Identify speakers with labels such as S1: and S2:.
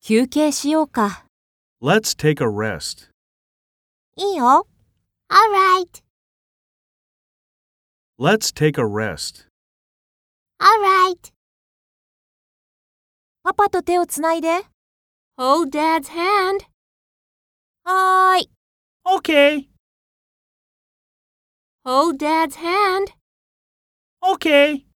S1: 休憩しようか。
S2: Let's take a rest.
S1: いいよ。
S3: Alright,
S2: Let's take a rest.
S3: alright.
S1: パパと手をつないで。
S3: Hold Dad's hand.
S1: はーい。
S2: Okay.
S3: Hold Dad's hand.
S2: Okay.